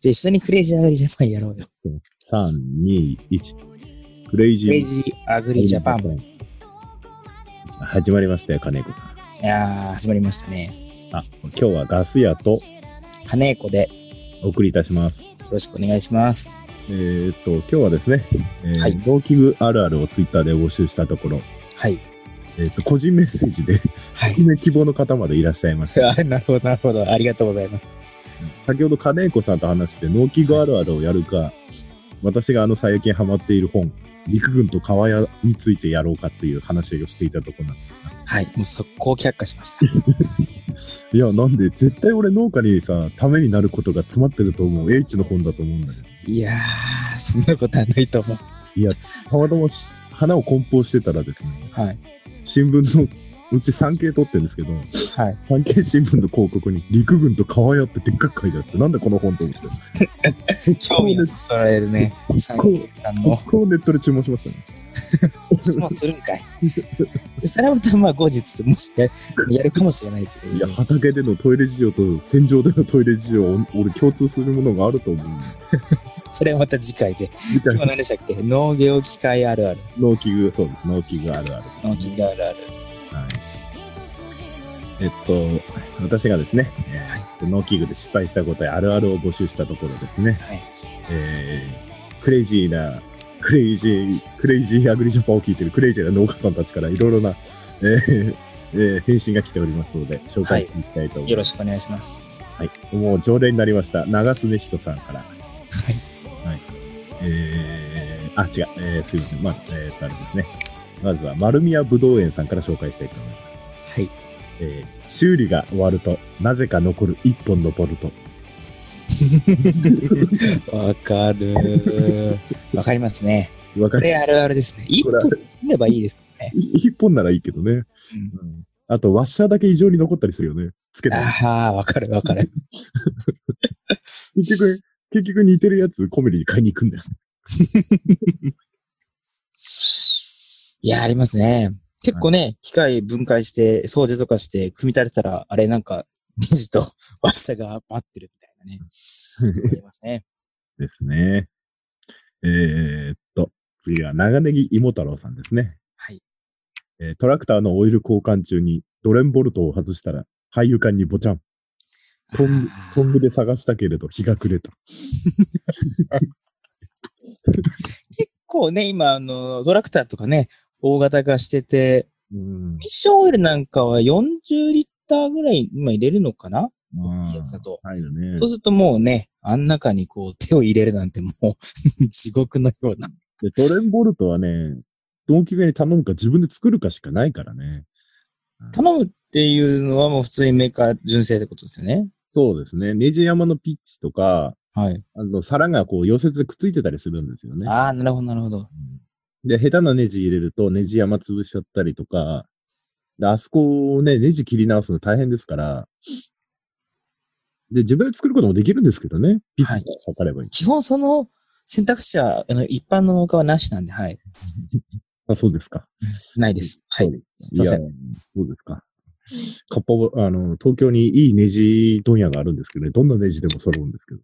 じゃあ一緒にクレイジーアグリジャパンやろうよ。 3、2、1。クレイジー。クレイジーアグリジャパン。い始まりましたよ、金子さん。やー、始まりましたね。あ、今日はガス屋と金子でお送りいたします。よろしくお願いします。えーっと、今日はですね、えーはい農機具あるあるをツイッターで募集したところ、はい。えーっと、個人メッセージで、はい。希望の方までいらっしゃいまし た。あなるほど、なるほど。ありがとうございます。先ほど金子さんと話して、農機具あるあるをやるか、私があの最近ハマっている本、陸軍と川屋についてやろうかという話をしていたところなんですが、はい。もう速攻却下しました。いや、なんで、絶対俺農家にさ、ためになることが詰まってると思う。英知の本だと思うんだけど。いやー、そんなことはないと思う。たまたまし花を梱包してたらですね、はい。新聞の、うち産経取ってるんですけど、はい。産経新聞の広告に、陸軍と川屋ってでっかく書いてあって、なんだこの本と思って。興味をそそられるね。産経さんの。こをネットで注文しましたね。 質問するんかい。それはまたまあ後日、もしややるかもしれないといういや、畑でのトイレ事情と戦場でのトイレ事情は、お俺共通するものがあると思うんだ。それはまた次回で。み たい今な日何でしたっけ農業機械あるある。農機具、そうです。農機具あるある。農機械あるある。はい。えっと、私がですね、えー農機具で失敗したことやあるあるを募集したところですね、はいえークレイジーな、クレイジー、クレイジーアグリジャパンを聞いてるクレイジーな農家さんたちからいろいろな、えーえー返信が来ておりますので、紹介していきたいと思いよまろす。しくお願いします。はい、もう常連になりました、長須根人さんから。はい。えー、あ、違う、えー、すいません。まず、えーっと、あれですね。まずは、丸宮ぶどう園さんから紹介したいと思います。はい。えー修理が終わると、なぜか残る1本のボルト。わかる。 わかりますね。わかこるれあるあるですね。一これ本積めばいいです。 ?1 本ならいいけどね。うんうんあと、ワッシャーだけ異常に残ったりするよね。つけたら。ああ、わかるわかる。結局、結局似てるやつ、コメリに買いに行くんだよ。いや、ありますね。結構ね、機械分解して、掃除とかして、組み立てたら、あれなんか、ネジと ワッシャが待ってるみたいなね。 ありますね。ですね。えーっと、次は、長ネギ芋太郎さんですね。はい。えートラクターのオイル交換中にドレンボルトを外したら、廃油管にぼちゃん。トンあートングで探したけれど、日が暮れた。結構ね、今、あの、トラクターとかね、大型化してて、うんミッションオイルなんかは40リッターぐらい今入れるのかな、大きいやつだと。はいよねそうするともうね、あん中にこう手を入れるなんてもう 地獄のような。でトレンボルトはね、同期に頼むか自分で作るかしかないからね。頼むっていうのはもう普通にメーカー純正ってことですよね。そうですね。ネジ山のピッチとか、はい。あの、皿がこう、溶接でくっついてたりするんですよね。ああ、なるほど、なるほど。で、下手なネジ入れると、ネジ山潰しちゃったりとか、で、あそこをね、ネジ切り直すの大変ですから、で、自分で作ることもできるんですけどね。ピッチがかかればいい。基本その選択肢は、あの、一般の農家はなしなんで、はい。あ、そうですか。ないです。はい。そうすいやません。そうですか。かっぱぼ、あの、東京にいいネジ問屋があるんですけどね、どんなネジでも揃うんですけ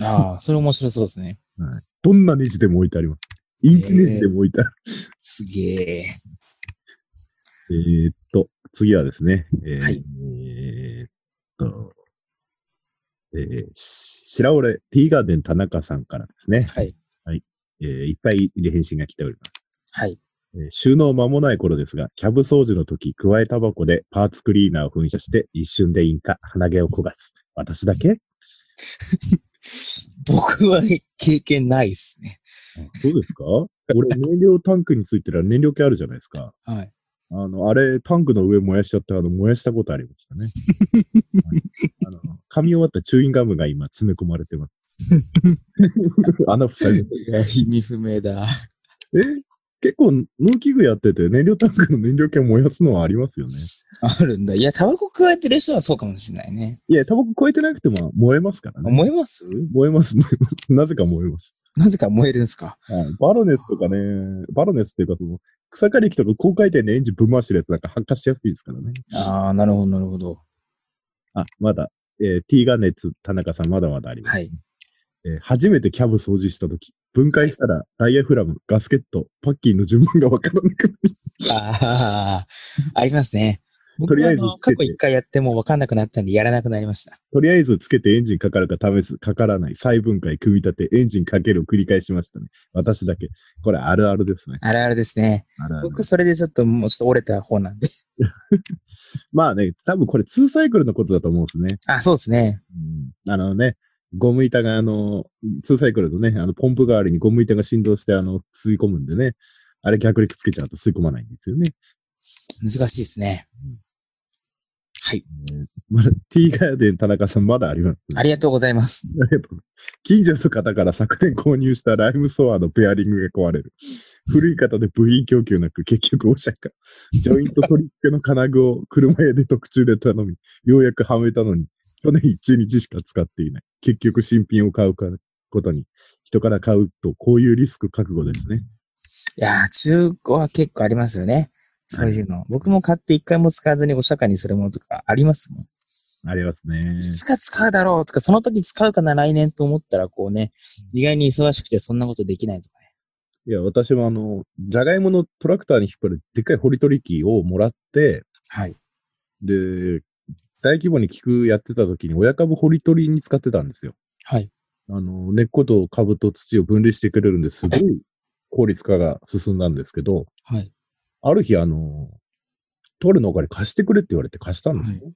ど、ああ、それ面白そうですね。どんなネジでも置いてあります。インチネジでも置いてある。すげえ。えーっと、次はですね、えーはいえーっと、えー、し白俺、ティーガーデン田中さんからですね、はい。えーいっぱい返信が来ております。はい。えー収納間もない頃ですが、キャブ掃除の時、加えタバコでパーツクリーナーを噴射して、一瞬で引火、鼻毛を焦がす。私だけ僕は経験ないですね。そうですか俺、燃料タンクについてる燃料系あるじゃないですか。はい。あの、あれ、タンクの上燃やしちゃった、あの、燃やしたことありましたね。 はいあの、噛み終わったチューインガムが今詰め込まれて ます。穴塞いで。いや、意味不明だ。え結構、農機具やってて、燃料タンクの燃料系燃やすのはありますよね。 あるんだ。いや、タバコ加えてる人はそうかもしれないね。いや、タバコ超えてなくても燃えますからね。燃えます燃えます、 燃えます。なぜか燃えます。なぜか燃えるんですかはいバロネスとかね、バロネスっていうか、その、草刈り機とか高回転でエンジンぶん回してるやつなんか発火しやすいですからね。ああ、なるほど、なるほど。あ、まだ、えー、T ガネツ、田中さん、まだまだあります。はい。えー初めてキャブ掃除したとき、分解したらダイヤフラム、ガスケット、パッキンの順番がわからなくなる。 ああ、ありますね。僕とりはああえずのつ過けて去一回やってもう分かんなくなったんで、やらなくなりました。とりあえずつけてエンジンかかるか試す、かからない、再分解、組み立て、エンジンかけるを繰り返しましたね。私だけ。これあるあるですね。あるあるですね。あるある。僕、それでちょっともうちょっと折れた方なんで。まあね、多分これ2サイクルのことだと思うんですね。あ、そうですね。うん、あのね、ゴム板があの、2サイクルのね、あのポンプ代わりにゴム板が振動してあの、吸い込むんでね。あれ逆にくっつけちゃうと吸い込まないんですよね。難しいですね。はい。えーまだ T ガーデン田中さんまだあります。ありがとうございます。ありがとう近所の方から昨年購入したライムソアのペアリングが壊れる。古い方で部品供給なく結局お釈迦。ジョイント取り付けの金具を車屋で特注で頼み、ようやくはめたのに、去年1日しか使っていない。結局新品を買うかことに、人から買うとこういうリスク覚悟ですね。いやー、中古は結構ありますよね。そういうの。僕も買って一回も使わずにお釈迦にするものとかありますもん。ありますねい。つか使うだろうとか、その時使うかな、来年と思ったら、こうね、意外に忙しくてそんなことできないとかね。いや、私もあの、じゃがいものトラクターに引っ張るでっかい掘り取り機をもらって、はい。で、大規模に菊やってた時に親株掘り取りに使ってたんですよ。はい。あの、根っこと株と土を分離してくれるんですごい効率化が進んだんですけど、はい。ある日あの、とある農家に貸してくれって言われて貸したんですよ。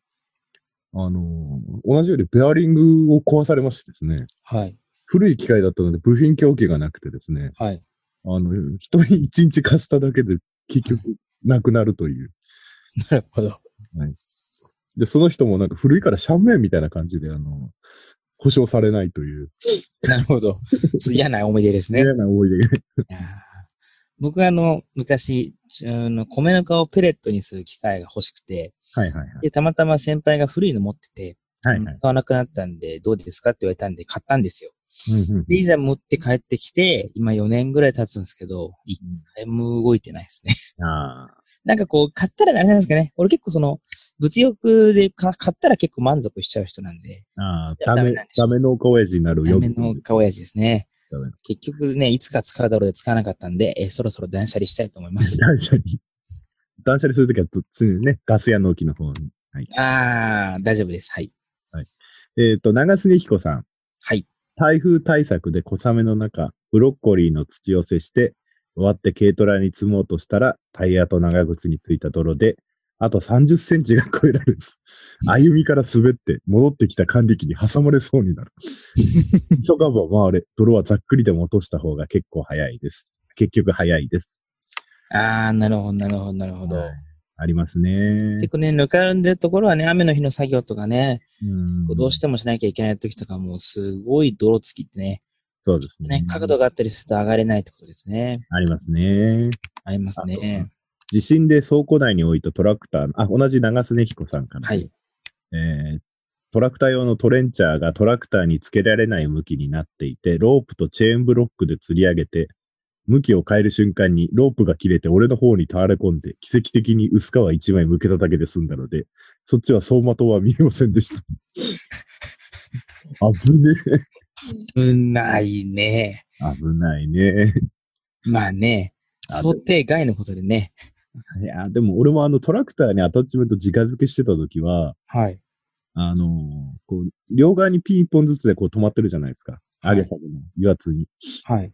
あの、同じようにベアリングを壊されましてですね、はい。古い機械だったので部品供給がなくてですね、はい。あの、人に一日貸しただけで結局なくなるという。なるほど。で、その人もなんか古いからシャンメンみたいな感じで、あの、保証されないという、 なるほど。そう嫌な思い出ですね。嫌な思い 出が。いやー僕はあの、昔、あの米ぬかをペレットにする機械が欲しくて、はいはいはい。で、たまたま先輩が古いの持ってて、はいはい。使わなくなったんで、どうですかって言われたんで買ったんですよ。うんうんうんで、いざ持って帰ってきて、今4年ぐらい経つんですけど、一回も動いてないですね。 ああ。なんかこう、買ったらあれなんですかね。俺結構その、物欲でか買ったら結構満足しちゃう人なんで、ああ、やダメダメなんで、しょダメ農家親父になるダよ。メの顔やしですねダメな。結局ね、いつか使うだろうで使わなかったんで、えーそろそろ断捨離したいと思います。断捨離。 断捨離するときはず常にね、ガス屋の沖の方に。あー、大丈夫です。はい。えっ、と、長須根彦さん。はい。台風対策で小雨の中、ブロッコリーの土寄せして、割って軽トラに積もうとしたら、タイヤと長靴についた泥で、あと30センチが超えら れず、歩みから滑って、戻ってきた管理機に挟まれそうに なる。急がば回れ、泥はざっくりでも落とした方が結構早いです。結局早いです。あー、なるほど、なるほど、なるほど。ありますね結。構ね、ぬかんでるところはね、雨の日の作業とかね、うんこうどうしてもしなきゃいけない時とかも、すごい泥つきってね、そうですねね、角度があったりすると上がれないってことですね。ありますね。ありますね。地震で倉庫内に置いたトラクターの、あ、同じ長須根彦さんから。はい。えートラクター用のトレンチャーがトラクターにつけられない向きになっていて、ロープとチェーンブロックで吊り上げて、向きを変える瞬間にロープが切れて俺の方に倒れ込んで、奇跡的に薄皮一枚向けただけで済んだので、そっちは走馬灯は見えませんでした。危ね危ないね。え。危ないね。まあね、あ想定外のことでね。いや、でも俺もあのトラクターにアタッチメント直付けしてた時は、はい。あのーこう、両側にピン一本ずつでこう止まってるじゃないですか。上げ下げの油圧に。はい。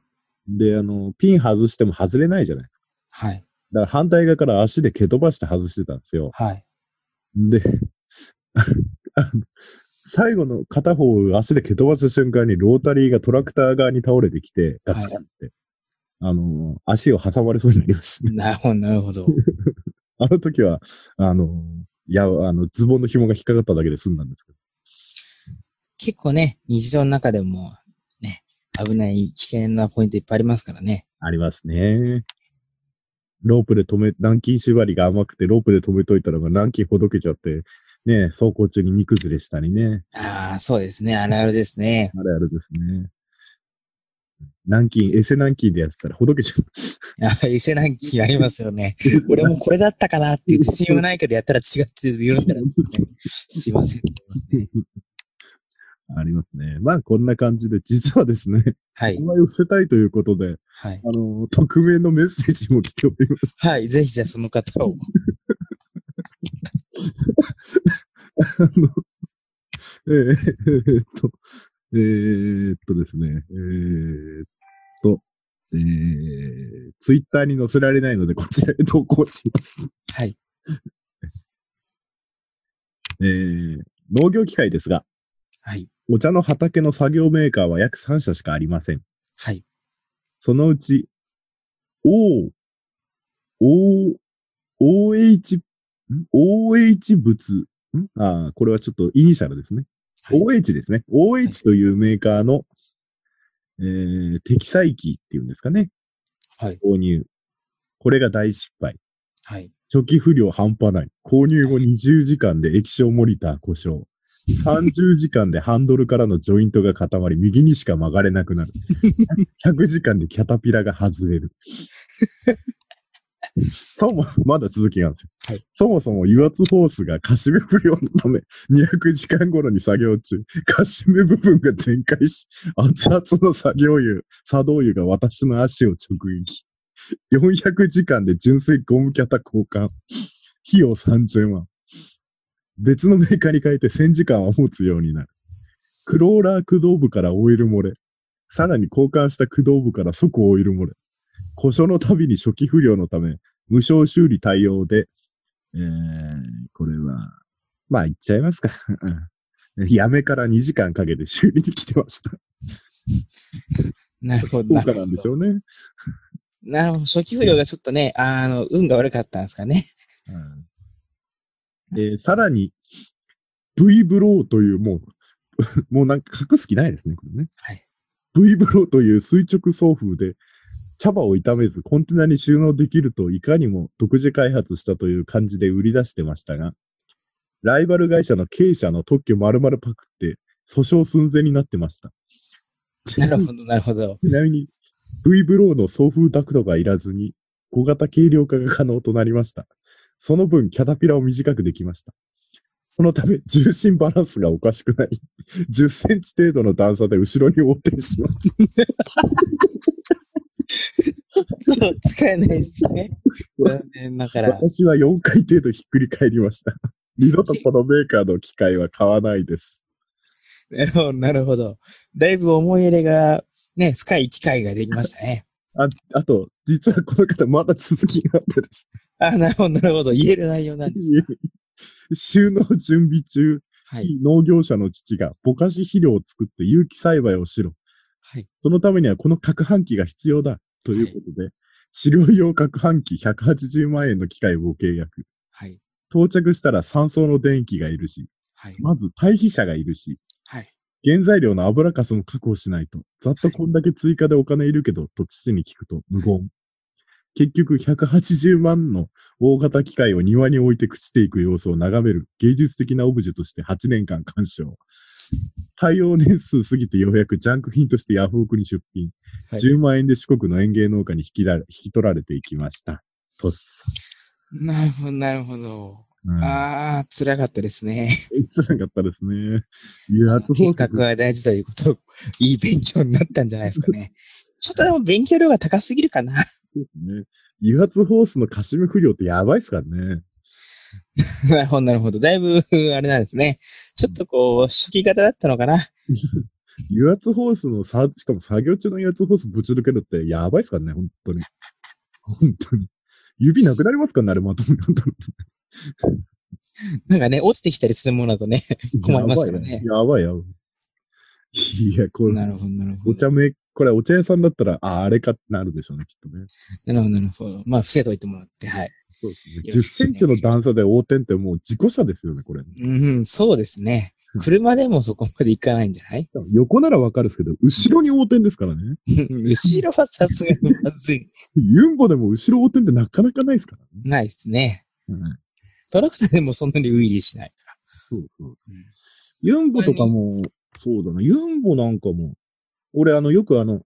で、あの、ピン外しても外れないじゃない。はい。だから反対側から足で蹴飛ばして外してたんですよ。 はい。で、あの最後の片方を足で蹴飛ばす瞬間にロータリーがトラクター側に倒れてきて、ガッチャンって、あの、足を挟まれそうになりましたね。なるほど、なるほど。 あの時は、あの、いや、あの、ズボンの紐が引っかかっただけで済んだんですけど。結構ね、日常の中でも、ね、危ない、危険なポイントいっぱいありますからね。ありますね。ロープで止め、軟禁縛りが甘くて、ロープで止めといたらば軟禁ほどけちゃって、ね、走行中に荷崩れしたりね。ああ、そうですね。あるあるですね。あれあれですね。軟禁、エセ軟禁でやってたらほどけちゃう。ああ、伊勢南紀ありますよね。 俺もこれだ ったかなっていう自信はないけど、やったら違って言うんだら、ね、すいません。ありますね。まあ、こんな感じで、実はですね、はいお。前を寄せたいということで、はい。あの、匿名のメッセージも来ておりましはい。ぜひじゃあその方を。た。あの、えーえーっと、えーっとですね、えーっと、えー、ツイッターに載せられないので、こちらへ投稿します。はい。えー、農業機械ですが、はい。お茶の畑の作業メーカーは約3社しかありません。はい。そのうち、O、O、OH、ん OH 物、んああ、これはちょっとイニシャルですね。はい OH ですね。OH というメーカーの、えー、適材機っていうんですかね。はい。購入。これが大失敗。はい。初期不良半端ない。購入後20時間で液晶モニター故障。30時間でハンドルからのジョイントが固まり、右にしか曲がれなくなる。100時間でキャタピラが外れる。そうも、まだ続きがあるんですよ。はいそもそも油圧ホースがカシメ不良のため、200時間頃に作業中、カシメ部分が全開し、熱々の作業油、作動油が私の足を直撃。400時間で純正ゴムキャタ交換。費用30万。別のメーカーに変えて1000時間は持つようになる。クローラー駆動部からオイル漏れ。さらに交換した駆動部から即オイル漏れ。故障のたびに初期不良のため、無償修理対応で、えー、これは、まあ言っちゃいますか。うんやめから2時間かけて修理に来てました。なるほど。効果なんでしょうね。なるほど。初期不良がちょっとね、あの、運が悪かったんですかね。えーさらに、V ブローという、もう、も うなんか隠す気ないですね、これね。はい。 V ブローという垂直送風で、茶葉を傷めずコンテナに収納できるといかにも独自開発したという感じで売り出してましたが、ライバル会社の経営者の特許丸々パクって訴訟寸前になってました。なるほど、なるほど。ちなみに、V ブローの送風ダクトがいらずに、小型軽量化が可能となりました。その分、キャタピラを短くできました。そのため、重心バランスがおかしくなり、10センチ程度の段差で後ろに横転します。 そう、使えないですね。残念ながら。私は4回程度ひっくり返りました。二度とこのメーカーの機械は買わないです。なるほど、 なるほど。だいぶ思い入れが、ね、深い機会ができました ね。ああと、実はこの方まだ続きがあってですねあ、なるほど、なるほど。言える内容なんです。収納準備中、はい。農業者の父がぼかし肥料を作って有機栽培をしろ。はい。そのためにはこの攪拌機が必要だということで、飼料用攪拌機180万円の機械をご契約。はい。到着したら山荘の電気がいるし、はい。まず堆肥者がいるし、はい。原材料の油かすも確保しないと、ざっとこんだけ追加でお金いるけど、と父に聞くと無言。結局、180万の大型機械を庭に置いて朽ちていく様子を眺める芸術的なオブジェとして8年間鑑賞。対応年数過ぎてようやくジャンク品としてヤフオクに出品。はい10万円で四国の園芸農家に引きら引き取られていきました。とっさ。なるほど、なるほど。うんああ、辛かったですね。辛かったですね。油圧計法画則は大事ということ、いい勉強になったんじゃないですかね。 ちょっとでも勉強量が高すぎるかな。ね。油圧ホースのカシメ不良ってやばいっすからね。 なるほど、なるほど。だいぶ、あれなんですね。ちょっとこう、初期型だったのかな。油圧ホースのさ、しかも作業中の油圧ホースぶち抜けるってやばいっすからね、本当に。本当に。指なくなりますからね、あれまともになったら。なんかね、落ちてきたりするものだとね。 困りますからねやばいやばい。いや、これ、なるほど、なるほおど。茶め、これお茶屋さんだったら、あ、あれかってなるでしょうね、きっとね。なるほど、なるほど。まあ、伏せといてもらって、はい。そうですね。よ10ろセしくンねチの段差で横転ってもう事故車ですよね、これ。うん、そうですね。車でもそこまで行かないんじゃない 横ならわかるんですけど、後ろに横転ですからね。 後ろはさすがにまずい。ユンボでも後ろ横転ってなかなかないですからね。ないですね。トラクターでもそんなにウイリーしないから。そうそううん。ユンボとかも、そうだな、ユンボなんかも、俺、あの、よくあの、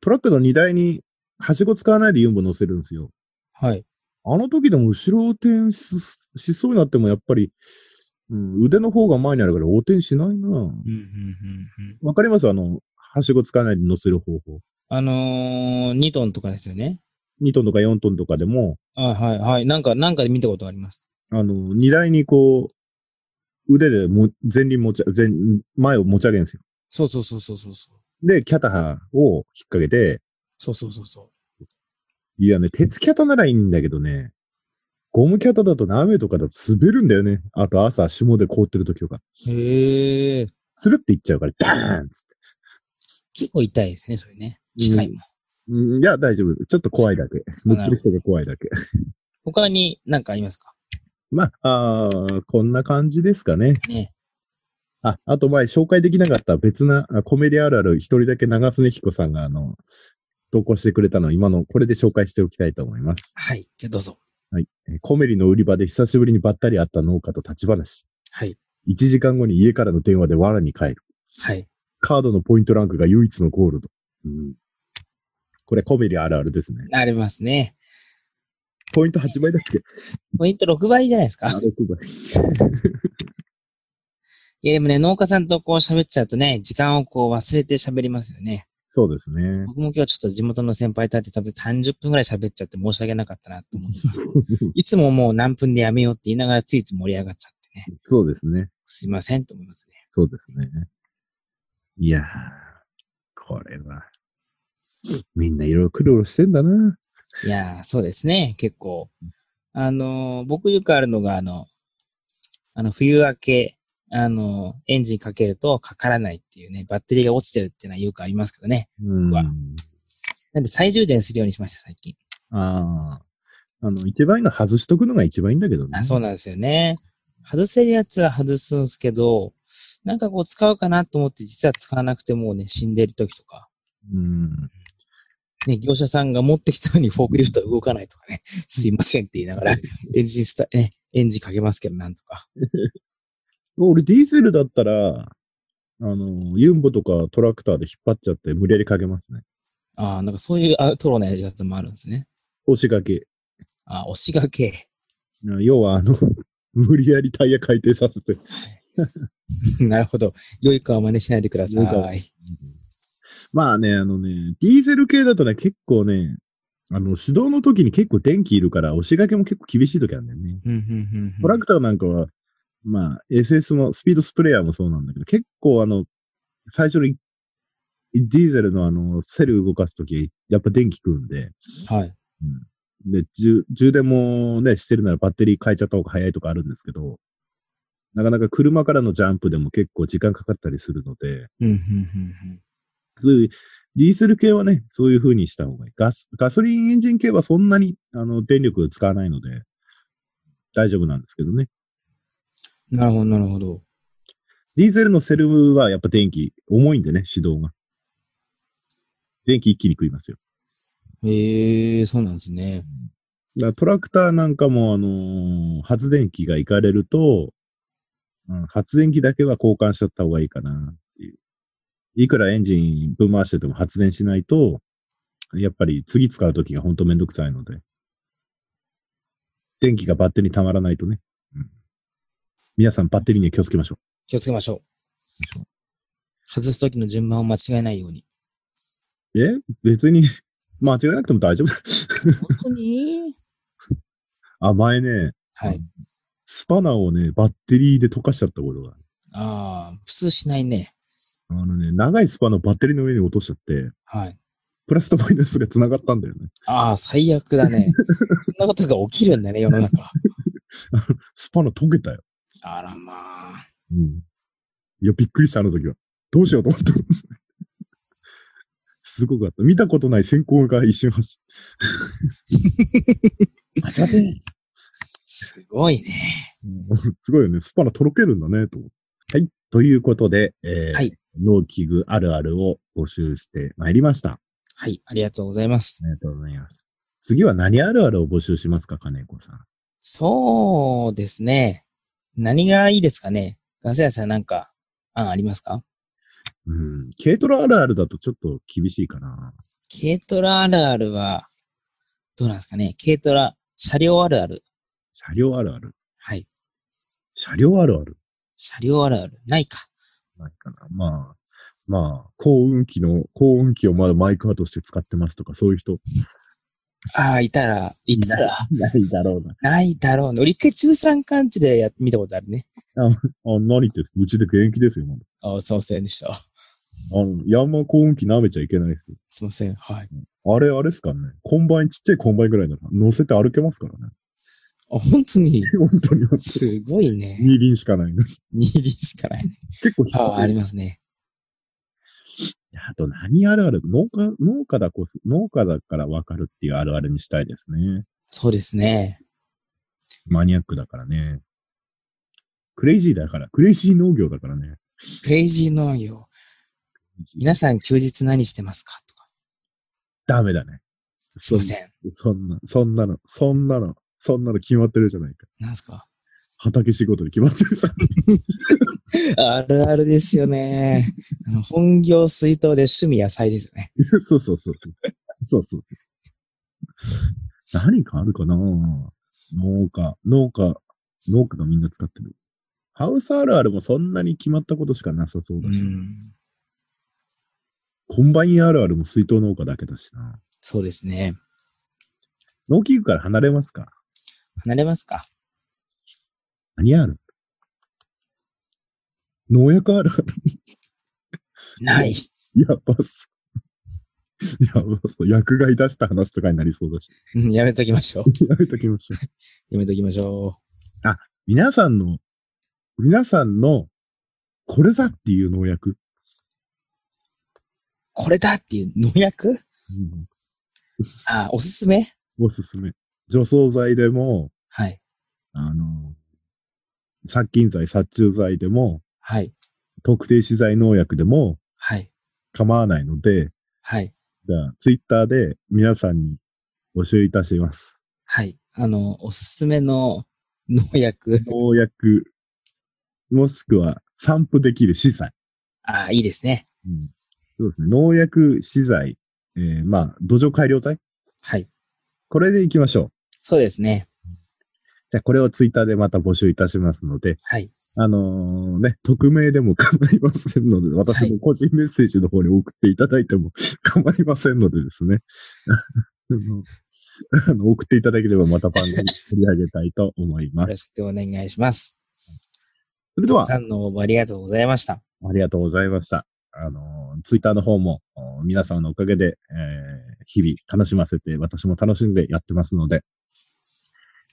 トラックの荷台に、はしご使わないでユンボ乗せるんですよ。はい。あの時でも後ろ転ししそうになっても、やっぱり、うん、腕の方が前にあるから横転しないな。うん、うん、うん、うん。わかりますあの、はしご使わないで乗せる方法。あのー、2トンとかですよね。 2トンとか4トンとかでも、あはい、はい。なんか、なんかで見たことあります。あの、荷台にこう、腕でも前輪持ち、前、前を持ち上げるんですよ。そうそうそうそうそうそう。で、キャタハを引っ掛けて、そうそうそうそう。いやね、鉄キャタならいいんだけどね、ゴムキャタだとね雨とかだと滑るんだよね。あと朝、霜で凍ってる時とか。へえ。スルっていっちゃうから、ダーンっつって。結構痛いですね、それね。うん機械も。うんいや、大丈夫。ちょっと怖いだけ。乗ってる人が怖いだけ。 他になんかありますかまあ、あーこんな感じですかね。ね。あ、あと前紹介できなかった別なあコメディあるある一人だけ長常彦さんがあの、投稿してくれたのを今のこれで紹介しておきたいと思います。はい。じゃあどうぞ。えーコメリの売り場で久しぶりにばったり会った農家と立ち話。はい。 1時間後に家からの電話で藁に帰る。はい。カードのポイントランクが唯一のゴールド。うん、これコメリあるあるですね。ありますね。ポイント8倍だっけポイント6倍じゃないですか。あ、6倍。いやでもね、農家さんとこう喋っちゃうとね、時間をこう忘れて喋りますよね。そうですね。僕も今日ちょっと地元の先輩たち多分30分くらい喋っちゃって申し訳なかったなと思って ます。いつももう何分でやめようって言いながらついつい盛り上がっちゃってね。そうですね。すいませんと思いますね。そうですね。いやー、これは、みんないろいろ苦労してんだな。いやー、そうですね、結構。あのー僕よくあるのが、あの、あの、冬明け、あのエンジンかけるとかからないっていうね、バッテリーが落ちてるっていうのはよくありますけどね。ううんわなんで再充電するようにしました、最近。ああ。あの、一番いいのは外しとくのが一番いいんだけどね。あそうなんですよね。外せるやつは外すんですけど、なんかこう使うかなと思って実は使わなくてもうね、死んでる時とか、うん。ね、業者さんが持ってきたのにフォークリフトは動かないとかね、すいませんって言いながら、エンジンスタ、ね、エンジンかけますけど、なんとか。俺、ディーゼルだったら、あの、ユンボとかトラクターで引っ張っちゃって無理やりかけますね。ああ、なんかそういうアウトローなやり方もあるんですね。押し掛け。ああ、押し掛け。 要は、あの、 無理やりタイヤ回転させて。なるほど。良い子は真似しないでくださ。良い子はいまあね、あのね、ディーゼル系だとね、結構ね、あの、指導の時に結構電気いるから、押し掛けも結構厳しい時あるんだよね。うんうんうんうんトラクターなんかは、まあ、SS も、スピードスプレーヤーもそうなんだけど、結構あの、最初に、ディーゼルのあの、セル動かすとき、やっぱ電気食うんで、はい。で、充充電もね、してるならバッテリー変えちゃった方が早いとかあるんですけど、なかなか車からのジャンプでも結構時間かかったりするので、うんうんうんそういう、ディーゼル系はね、そういう風にした方がいい。ガス、ガソリンエンジン系はそんなに、あの、電力使わないので、大丈夫なんですけどね。うん。なるほど、なるほど。ディーゼルのセルはやっぱ電気、重いんでね、始動が。電気一気に食いますよ。へえ、そうなんですね。だからトラクターなんかも、あのー発電機がいかれると、うん、発電機だけは交換しちゃった方がいいかなっていう。いくらエンジンぶん回してても発電しないと、やっぱり次使うときが本当めんどくさいので。電気がバッテリーに溜まらないとね。うん、皆さんバッテリーには気をつけましょう。気をつけましょう。外すときの順番を間違えないように。え別に、 間違えなくても大丈夫。本当にあ、前ね、はい。スパナをね、バッテリーで溶かしちゃったことがある。ああ、普通しないね。あのね、長いスパナをバッテリーの上に落としちゃって、はい。プラスとマイナスが繋がったんだよね。ああ、最悪だね。 そんなことが起きるんだね、世の中。スパナ溶けたよ。あらまあ。うん。いや、びっくりした、あの時は。どうしようと思った。 すごかった。見たことない閃光が一瞬走って。バチバチすごいね。うん すごいよね。スパナとろけるんだね、と思って。はい。ということで、えーはい農機具あるあるを募集してまいりました。はい、ありがとうございます。ありがとうございます。次は何あるあるを募集しますか、金子さん。そうですね。何がいいですかねガス屋さんなんか案ありますかうん。軽トラあるあるだとちょっと厳しいかな。軽トラあるあるは、どうなんですかね軽トラ、車両あるある。車両あるある。はい。車両あるある。車両あるある。ないか。ないかな。まあ、まあ、幸運機の、幸運機をまだマイクアとして使ってますとか、そういう人。ああ、いたら、いたら、ないだろうな。ないだろうな。俺一回中山間地でやってみたことあるね。あ、何言ってんすかうちで現役ですよ、まだ。ああ、すいませんでした。あの、ヤンマー幸運機舐めちゃいけないですよ。すいません。はい。あれ、あれですからね。コンバイン、ちっちゃいコンバインぐらいなら乗せて歩けますからね。あ、本当に、本当に。すごいね。二輪しかないの。二輪しかない。結構低いパワーありますね。あと何あるある農家、農家だこそ、農家だからわかるっていうあるあるにしたいですね。そうですね。マニアックだからね。クレイジーだから、クレイジー農業だからね。クレイジー農業。皆さん休日何してますかとか。ダメだね。すいません。そんな、そんなの、そんなの、そんなの決まってるじゃないか。なんすか畑仕事で決まってるじゃん。あるあるですよね。あの本業水筒で趣味野菜ですよね。 そうそうそうそう。そうそう。何かあるかな農家、農家、農家がみんな使ってる。ハウスあるあるもそんなに決まったことしかなさそううだし、ん。コンバインあるあるも水筒農家だけだしな。そうですね。農機具から離れますか離れますか何ある農薬ある あるない。やばそう。 やばそう。薬害出した話とかになりそうだし。 うん、やめときましょう。やめときましょう。やめときましょ皆さんの、皆さんの、これだっていう農薬。う。これだっていう農薬あ、おすすめおすすめ。除草剤でも、はい。あの、殺菌剤、殺虫剤でも、はい。特定資材農薬でもはい。構わないので、はい。じゃあ、ツイッターで皆さんに募集いたします。はい。あの、おすすめの農薬。農薬、もしくは散布できる資材。あ、いいですね。うん、そうですね。農薬、資材、えーまあ、土壌改良剤。はい。これでいきましょう。そうですね。じゃあ、これをツイッターでまた募集いたしますので、はい。あのーね、匿名でも構いませんので、私の個人メッセージの方に送っていただいても 構いませんのでですね。 あのあの送っていただければまた番組取り上げたいと思いまよす。ろしくお願いします。それでは、さんの応募ありがとうございました。ありがとうございました。あの、ツイッターの方も、お皆さんのおかげで、えー日々楽しませて、私も楽しんでやってますので、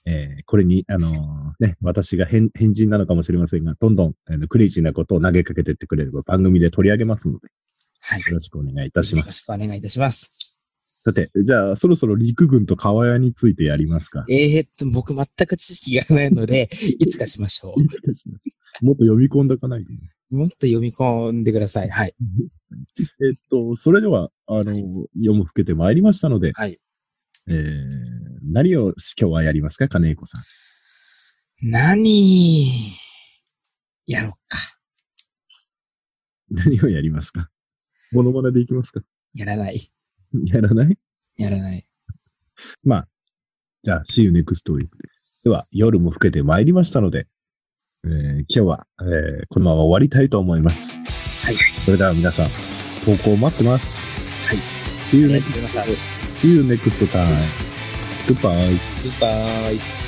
えーこれに、あのーね、私が変、変人なのかもしれませんが、どんどん、えークレイジーなことを投げかけてってくれれば番組で取り上げますので、はい。よろしくお願いいたしまよす。ろしくお願いいたします。さて、じゃあ、そろそろ陸軍と川屋についてやりますか。えー、っと、僕全く知識がないので、 いつかしましょもっと読み込んだかないで。う。もっと読み込んでください。はい。えっと、それでは、あの、読むふけてまいりましたので、はい。えー何を今日はやりますか、金井子さん。 何、やろうか。何をやりますかモノマネでいきますかやらない。やらないやらない。まあ、じゃあ、See you next week で。では、夜も更けてまいりましたので、えー今日は、えーこのまま終わりたいと思います。はい。それでは皆さん、投稿待ってます。はい。 See あ you りがとう next, ございました。グ see you next time. Goodbye. ッバイ。